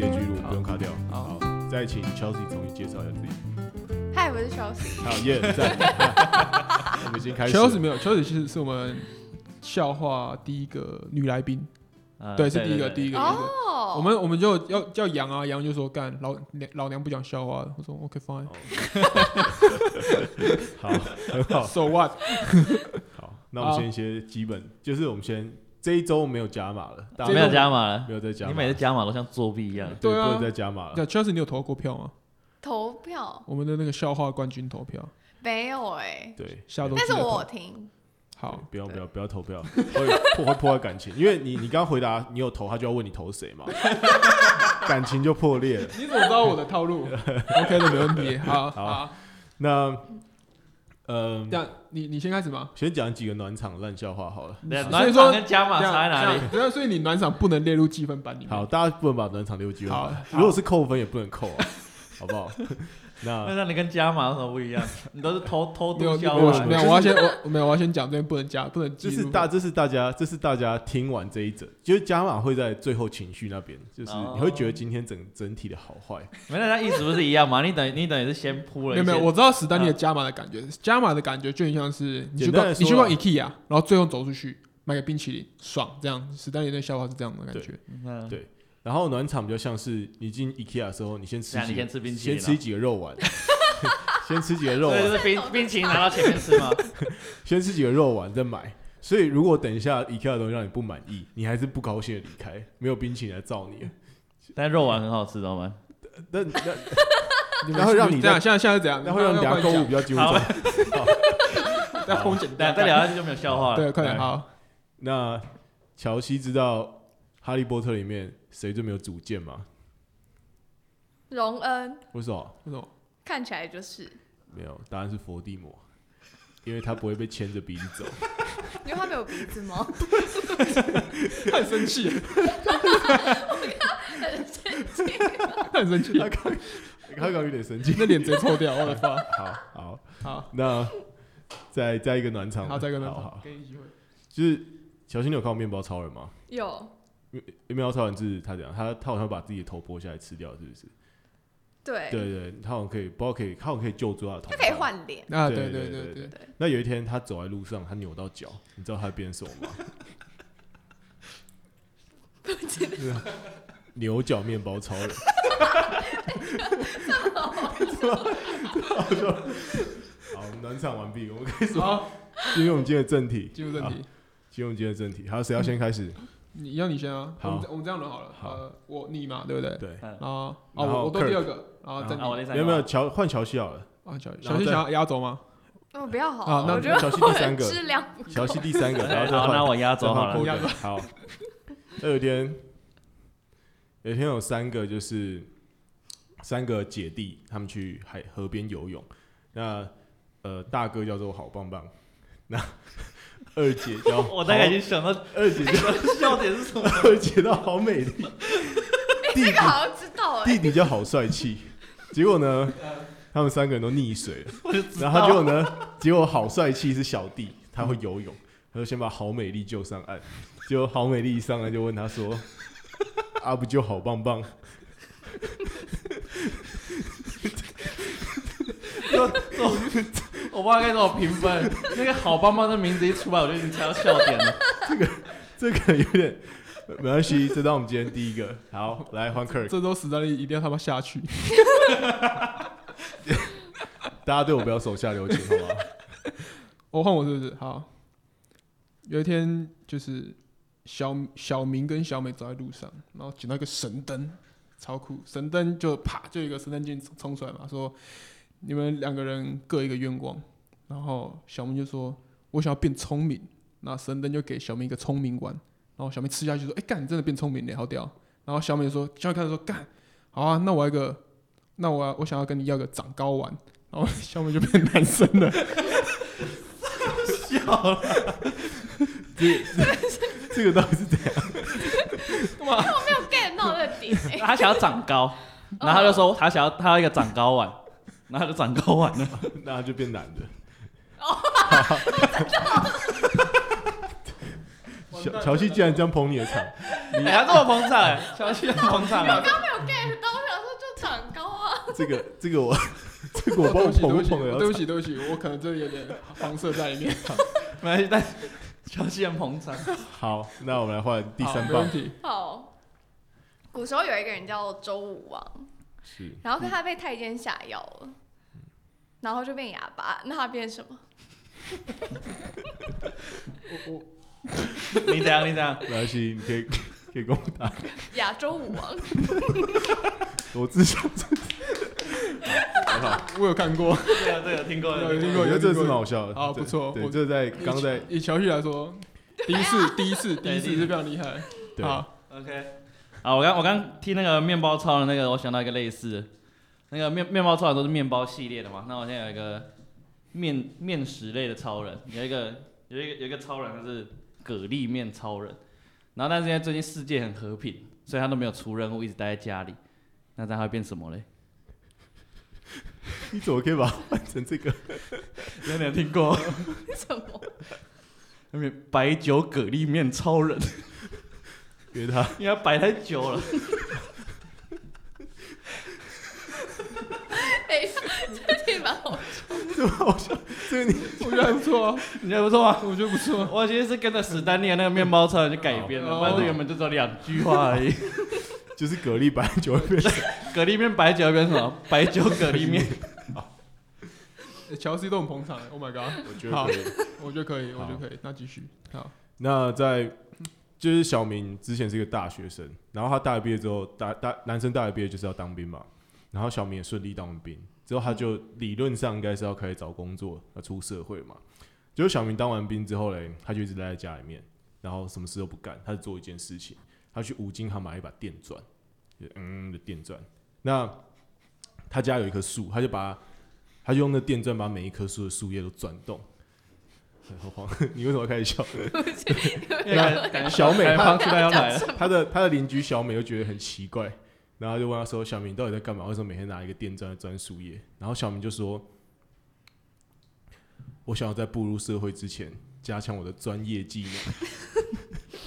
掉。好好，再请 Chelsea 重新介绍一下自己。嗨，我是 Chelsea。好，耶，赞！我们已经开始了。 Chelsea 没有，Chelsea 其实是我们笑话第一个女来宾，呃对，是第一个，第一个。个，第一个。哦我们我们就要叫杨啊，杨就说干老娘老娘不讲笑话了，我说 OK fine，好，很 好。 so what？好，那我们先一些基本，就是我们先这一周没有加码了，大家哦没这一周有加码了，没有再加码，你每次加码都像作弊一样。对对啊不能再加码了。那 Chelsea 你有投过票吗？投票我们的那个笑话冠军投票，没有哎，对，下周但是记得投我有听，好不要不要不要投票，会破会破坏感情，因为你你刚回答你有投，他就要问你投谁嘛， 感情就破裂了。你怎么知道我的套路？OK 的，没问题。好，好好，那呃这，样你你先开始吗？先讲几个暖场烂笑话好了。对，所以暖说场跟加码这样差在哪里？？这样所以你暖场不能列入积分板里面。好，，大家不能把暖场留机会好吧，好如果是扣分也不能扣 啊，好不好？ 那那让你跟加码有什么不一样？你都是偷偷啊没有渡没有笑我话没。有，我要先我没有我要先讲，这边不能加，不能记这录。是大，这是大家，这是大家听完这一整，就是加码会在最后情绪那边，就是哦你会觉得今天整整体的好坏，没那他意思不是一样吗？你等于你等于是先铺了没一些，有没有，我知道史丹利的加码的感觉，加码的感觉就很像是你去简单逛来你说啊去逛 IKEA，然后最后走出去买个冰淇淋，爽这样。史丹利的笑话是这样的感觉。嗯对然后暖场比较像是你进 IKEA 的时候，你先吃那你几个先吃冰淇淋啊先吃几个肉 丸，先吃几个肉所以就丸，是冰冰淇淋拿到前面吃吗？先吃几个肉丸再买。所以如果等一下 IKEA 的东西让你不满意，你还是不高兴的离开，没有冰淇淋来造你。 但肉丸很好吃，知道吗？那 那你们然后让你这样，现在现在是怎样？那会让你等啊下购物比较纠好正。在风险对，再聊下去就没有笑话了。对，快点来好。那乔西知道《哈利波特》里面谁最没有主见吗？荣恩为什么？为什么？看起来就是，没有，答案是伏地魔，因为他不会被牵着鼻子走。因为他没有鼻子吗？ 他很生气，很生气他很生气，他刚 他刚有点生气。那脸直接臭掉，我的妈！好好，好，那再再一个暖场，好，再跟他好好，给你机会。就是小新，你有看过面包超人吗？有面包超人是他怎样？他他好像把自己的头剥下来吃掉，是不是？对，对对，他好像可以，不知道可以，他好像可以救助他的头。他可以。换脸，啊，对对对对对对对对，那有一天他走在路上，他扭到脚，你知道他变什么吗？对啊牛角面包超人。好，暖场完毕，我们开始好，进入我们今天的正题。进入正好题，进入我们今天的正题。好，谁要先开始？你要你先啊。好我们这我们这样轮好了。好呃，我你嘛，对不对？对，啊，哦，然后我我都 Kirk 第二个，然后再然你啊，我第三没有个没有，乔换乔西好了。啊，小然小后新再想要压轴吗？哦，比较好好，那我觉得啊小西我第三很个质量不乔够西第三个，然后再好，换那我压再轴好换了。 Colton 压轴好，那有一天，有一天有三个就是三个姐弟，他们去海河边游泳。那呃，大哥叫做好棒棒，那 二姐叫我大概已经想到好二姐叫 笑点是什么。二姐叫好美丽，弟 这弟个好像知道哎、弟弟叫好帅气。结果呢，他们三个人都溺水了。我就知然后结果呢，结果好帅气是小弟，他会游泳，他就先把好美丽救上岸。结果好美丽一上来就问他说：“啊，不就好棒棒？”我不知道该怎么评分。那个好棒棒的名字一出来，我就已经猜到笑点了。这个有点没关系，这当我们今天第一个。好，来换 Kirk，这周史丹利一定要他妈下去。大家对我不要手下留情，好不好？我换我是不是？好。有一天就是小小明跟小美走在路上，然后捡到一个神灯，超酷！神灯就啪就有一个神灯镜冲出来嘛，说你们两个人各一个愿望。然后小明就说：“我想要变聪明。”那神灯就给小明一个聪明丸，然后小明吃下去说：“哎、干，你真的变聪明了，好屌！”然后小美说：“小美看着说，干，好啊，那我要一个，那我要我想要跟你要个长高丸。”然后小美就变男生了。这个到底是怎样？我没有 get 到这个点、欸， 哦他想要长高，然后他就说他想要他要一个长高碗，然后他就长高碗了。那他就变男的。小 乔西竟然这样捧你的场，你还这么膨胀哎，小心膨胀了。没有 get 到，我想说啊这个这个我这个我帮我捧一捧了，对不起，对不起，对不起，我可能真的有点黄色 在里面。没关系，但小西人捧场。好，那我们来换第好三没问棒，题。好，古时候有一个人叫周武王，是然后可他被太监下药了，然后就变哑巴。那他变什么？我我你等一下，你等一下，没关系，你可以可以跟我打，亚洲舞王。 我自想这我有看过，这个这个啊听过， 有听我过，觉有得这听是蛮过。好笑的，好不对错对，我这 在刚在以乔旭来说，第一次，第一次，第一次是非常厉害。对好， OK，啊，我刚我刚听那个面包超人那个，我想到一个类似的，那个面面包超人都是面包系列的嘛。那我现在有一个面面食类的超人，有一个有一个有一个超人，他是蛤蜊面超人。然后但是现在最近世界很和平，所以他都没有出任务，一直待在家里。那他会变什么嘞？你怎么可以把它换成这个？有没有听过？什么？那边白酒蛤蜊面超人，因为 它因为他摆太久了。哎、这题蛮好。这么好笑，这个你我觉得还不错啊，你觉得不错吗？我觉得不错。我其实是跟着史丹利的那个面包超人去改编的，哦不然这原本就只有两句话而已。就是蛤蜊白酒 会变成蛤蜊面白酒变什 么？白酒蛤蜊面。乔西都很捧场，Oh my god！我觉得可以。啊我觉得可以，我好觉得可以。那继续，好，那在就是小明之前是一个大学生，然后他大学毕业之后，大大男生大学毕业就是要当兵嘛，然后小明也顺利当完兵，之后他就理论上应该是要开始找工作，要出社会嘛。结果小明当完兵之后嘞，他就一直待在家里面，然后什么事都不干，他就做一件事情，他去五金行买一把电钻，就嗯嗯的电钻。那他家有一棵树，他就把他就用那电钻把每一棵树的树叶都转动。 很慌，你为什么开始笑？小美开怕放出来要来 了，他的他的邻居小美又觉得很奇怪，然后就问他说：“小明你到底在干嘛？为什么每天拿一个电钻来钻树叶？”然后小明就说：“我想要在步入社会之前加强我的专业技能。”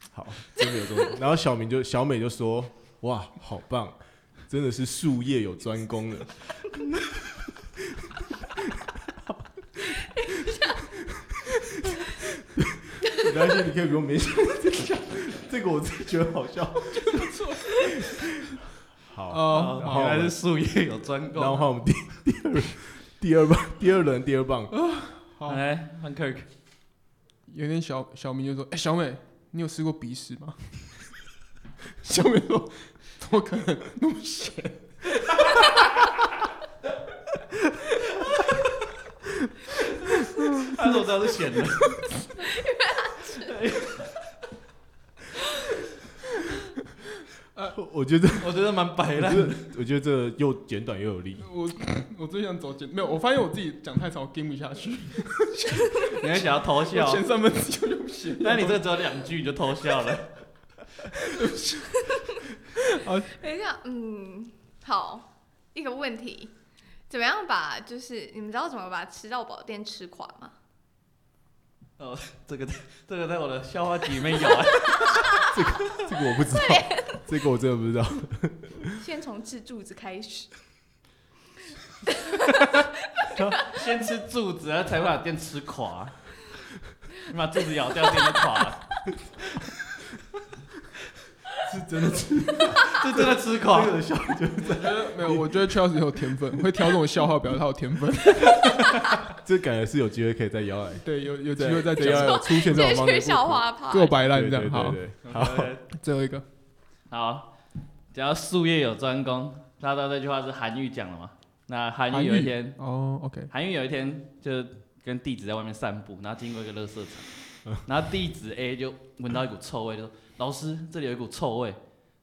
好，真的有这种。然后小明就小美就说：“哇，好棒，真的是术业有专攻了。” 没关系，你可以不用勉强这个，这个我自己觉得好笑，觉得不错。好，哦，然好后，原来是术业有专然后攻。换我们第第二第二棒，第二轮第二棒，好来哎换 Kirk，有一天小小明就说：“哎、小美，你有吃过鼻屎吗？” 小美说：“怎么可能那么咸？”他怎么知道是咸的？ 我觉得，我觉得蛮 白我烂觉的。得，我觉得这又简短又有力。我我最想走简，没有，我发现我自己讲太长，我跟不下去，你还想要偷我笑？前三分之一我就不行。但你这只有两句你就偷 笑了。等一下，嗯，好，一个问题，怎么样把就是你们知道怎么把吃到饱店吃垮吗？这个这个在我的笑话集里面有啊。这个我不知道，这个我真的不知道。先从吃柱子开始。啊 先吃柱子，然后才会把店吃垮。你把柱子咬掉，店就垮了。 是真的 吃这真的吃垮 这。个笑，我觉得没有，我觉得 Charles 有天分，会挑这种笑话表示他有天分。这感觉是有机会可以再邀来， 对，有有机会再对讲 要有出现在这我们是笑话趴做白烂对这对样。对对，好，好， OK，最后一个，好，只要术业有专攻，大家知道这句话是韩愈讲的嘛？那韩韩愈有愈一天哦，OK，韩愈有一天就跟弟子在外面散步，然后经过一个垃圾 场，然后弟子 A 就闻到一股臭味，就说：“老师，这里有一股臭味。”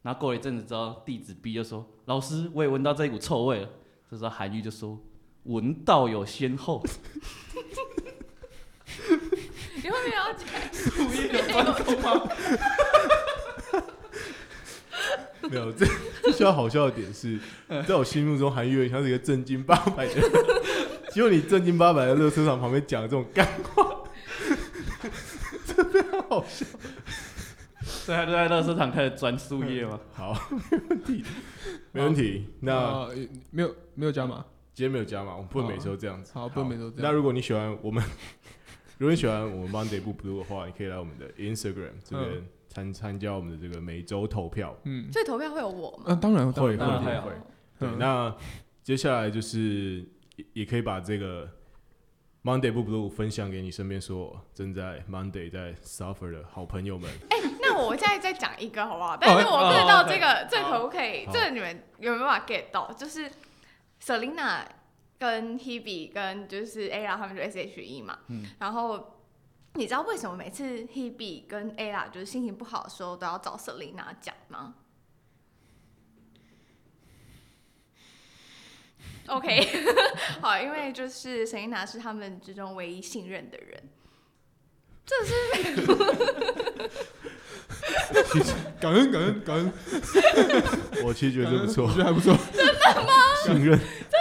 然后过了一阵子之后，弟子 B 就说：“老师，我也闻到这一股臭味了。”这时候韩愈就说：“闻道有先 后，你会不会要讲？术业有专攻吗 没有这这笑好笑的点是，嗯在我心目中韩愈有点像是一个正经八百的人， 结果你正经八百在乐车场旁边讲这种干话，这非常好笑。？”所以他就在垃圾场开始钻树叶嘛。好，没问题。没问题。那啊也没有没有加码，今天没有加码，我们不能每次都这样子。好，不能每周这那样。如果你喜欢我们， 如果你喜欢我们 Monday 不 blue 的话，你可以来我们的 Instagram 这边参参加我们的这个每周投票。嗯，所以投票会有我吗？那当然会当然会还有会。对，嗯那接下来就是也也可以把这个 Monday 不 blue 分享给你身边所有正在 Monday 在 suffer 的好朋 友们。哎那我现在再讲一个好不好？但是我不知道这个这可不可以，好这个你们有没有办法 get 到？就是 Selina 跟 Hebe 跟就是 Ella 他们就 SHE 嘛，嗯然后你知道为什么每次 Hebe 跟 Ella 就是心情不好的时候都要找 Selina 讲吗？OK，好， 因为就是 Selina 是他们之中唯一信任的人。感恩感恩感恩，我其实觉得这不错我，觉得还不 错。 信任。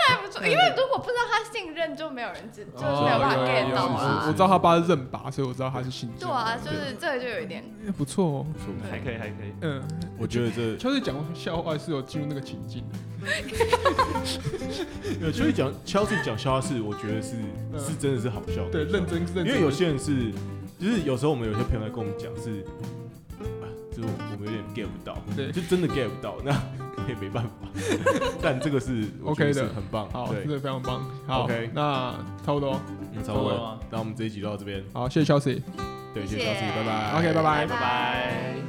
还不错，因为如果不知道他信任，就没有人知，就是没有办法哦有有有哦 get 到有啊。我知道他爸是认拔，所以我知道他是信对教。啊，就是这个就有一点，哎不错哦。还可以，还可以。嗯，我觉得这就是讲笑话是有进入那个情境的。没有，所以讲 Chelsea 讲笑话是，我觉得是嗯是真的是好笑的。对，认真认真。因为有些人是，就是有时候我们有些朋友来跟我们讲是，啊，就是我们有点 get 不到，对就真的 get 不到，那 也没办法。 但这个是我觉 OK 得的是很棒，好，对真，的非常棒。好 OK 那差不多。哦嗯差不够多了了。吗？那我们这一集就到这边，好，谢谢 Chelsea。对，谢谢谢 Chelsea，拜拜。 OK，拜拜拜拜。